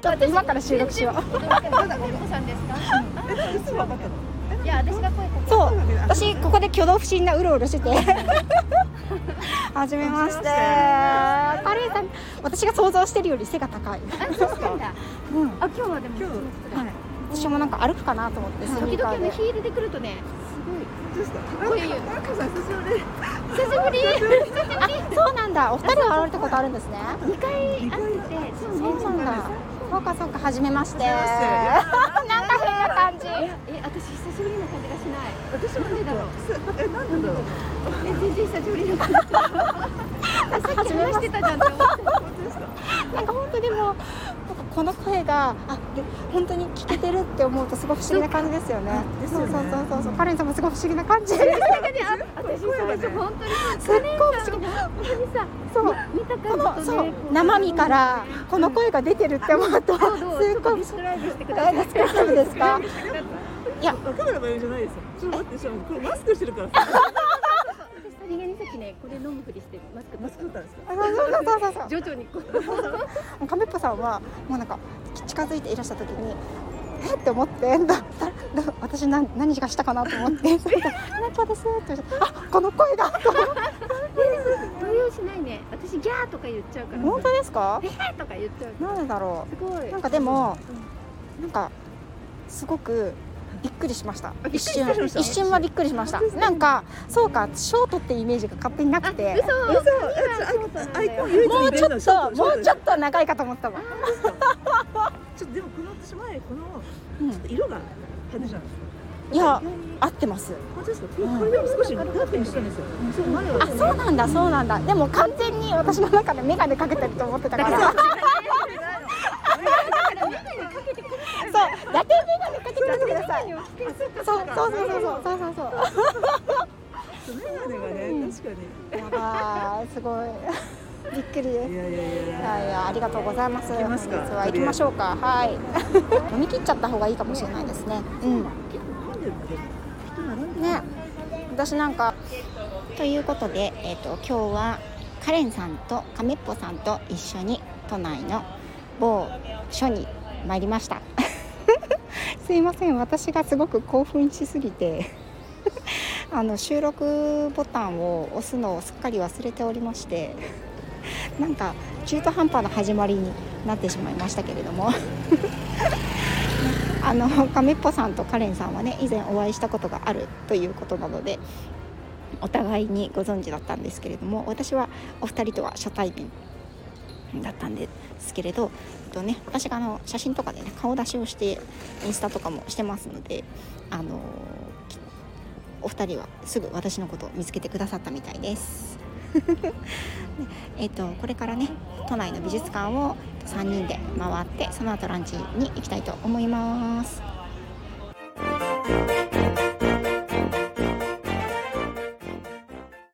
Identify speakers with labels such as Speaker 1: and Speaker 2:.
Speaker 1: だって今から収録しよう。
Speaker 2: さんですか。いや、私が声かけ
Speaker 1: そう、私ここで挙動不審なうろうろして て。はじめまして。カレンさん、私が想像してるより背が高い。
Speaker 2: あ、そうなんだ。あ、
Speaker 1: うん。
Speaker 2: 今日はでも。
Speaker 1: はい。私もなんか歩くかなと思って、スニー
Speaker 2: 時
Speaker 1: カ
Speaker 2: 々
Speaker 1: ー
Speaker 2: ね、
Speaker 1: で。
Speaker 2: ヒールで来るとね。
Speaker 3: なんかなんかさ久しぶり
Speaker 2: 久しぶり。
Speaker 1: あ、そうなんだ。お二人は会われたことあるんですね。
Speaker 2: 二回会ってて、そう
Speaker 1: そうなんだ。そうかそうか、はじめまして。
Speaker 3: めまして
Speaker 1: なんか変な感じ。
Speaker 2: え、え私久しぶりな感じがしない。
Speaker 3: 私もなんだろうえなんだろう
Speaker 2: え、全然久しぶりな感じ。さっき話してたじゃんって思って。
Speaker 3: 本当ですか
Speaker 1: なんか本当でも、なんかこの声が、あ、で、本当に聞けてるって思うと、すごい不思議な感じですよね。
Speaker 3: です
Speaker 1: そう
Speaker 3: よ
Speaker 1: そう
Speaker 3: ね
Speaker 1: そうそうそう、カレンさんもすごい不思議な感じ。
Speaker 2: なんかね、あ、私最初本当にさ、
Speaker 1: すっごい不思議。
Speaker 2: 本当にさ、
Speaker 1: そう。
Speaker 2: 見た
Speaker 1: この
Speaker 2: 感じと
Speaker 1: そう
Speaker 2: ね。こう
Speaker 1: 生身からこの声が出てるって思うとすっ
Speaker 2: どうどうちょっと
Speaker 1: ご
Speaker 2: デ
Speaker 1: い
Speaker 2: ィスクライブしてくださ
Speaker 1: 大
Speaker 2: い。
Speaker 1: 好きなですか
Speaker 3: 若村真由美じゃないですよちょっと待ってしかもこれマスクしてるからさ
Speaker 2: 私さりげにさっきね、これ飲むふりしてマスク
Speaker 3: マスクだったんですか
Speaker 1: あそうそうそうそうそう
Speaker 2: 徐々にこう。
Speaker 1: 亀っぽさんはもうなんか近づいていらした時にえって思ってだだだ私何何がしたかなと思って「そしたら亀っぽです」って言って「あこの声が」と
Speaker 2: 動揺しないね。私ギャーとか言っちゃうから。
Speaker 1: 本当ですか
Speaker 2: えーとか言っちゃう。
Speaker 1: なんでだろ
Speaker 2: すご
Speaker 1: う
Speaker 2: い。
Speaker 1: なんかでもなんかすごくびっくりしました一瞬
Speaker 3: びっくりしました
Speaker 1: 一瞬はびっくりしましたなんかそうかショートってイメージが勝手になくて
Speaker 2: 嘘。
Speaker 3: 嘘えアイコン唯一
Speaker 1: もうちょっともうちょっ
Speaker 3: と
Speaker 1: と長いかと思ったもん、
Speaker 3: ちょっとでもこの私前この
Speaker 1: うん、
Speaker 3: 色が派手じゃないですか
Speaker 1: いや
Speaker 3: 意外に
Speaker 1: 合ってます
Speaker 3: 本当ですかこれこれより少しダークにしたんですよそう前は
Speaker 1: あそうなんだそうなんだでも完全に私の中で眼鏡かけてると思ってたから そうラテン眼鏡かけててくださいそうそうそうそうそうそうそうそう
Speaker 3: メガネがね確か
Speaker 1: やばいすごいびっくりです
Speaker 3: にい
Speaker 1: い
Speaker 3: やいやいや
Speaker 1: やいやありがとうございます
Speaker 3: 行きますか
Speaker 1: 本日は行きましょうかはい飲み切っちゃった方がいいかもしれないですねうん
Speaker 3: 結構混んでるんで人並んでる
Speaker 1: ね私なんかということで、えー、と今日はカレンさんとカメッポさんと一緒に都内の某所に参りました すいません私がすごく興奮しすぎて あの収録ボタンを押すのをすっかり忘れておりましてなんか中途半端な始まりになってしまいましたけれどもあの亀っぽさんとカレンさんはね以前お会いしたことがあるということなのでお互いにご存知だったんですけれども私はお二人とは初対面だったんですけれど、えっとね、私があの写真とかで、ね、顔出しをしてインスタとかもしてますので、あのきお二人はすぐ私のことを見つけてくださったみたいです。ねえっとこれからね都内の美術館を3人で回ってその後ランチに行きたいと思います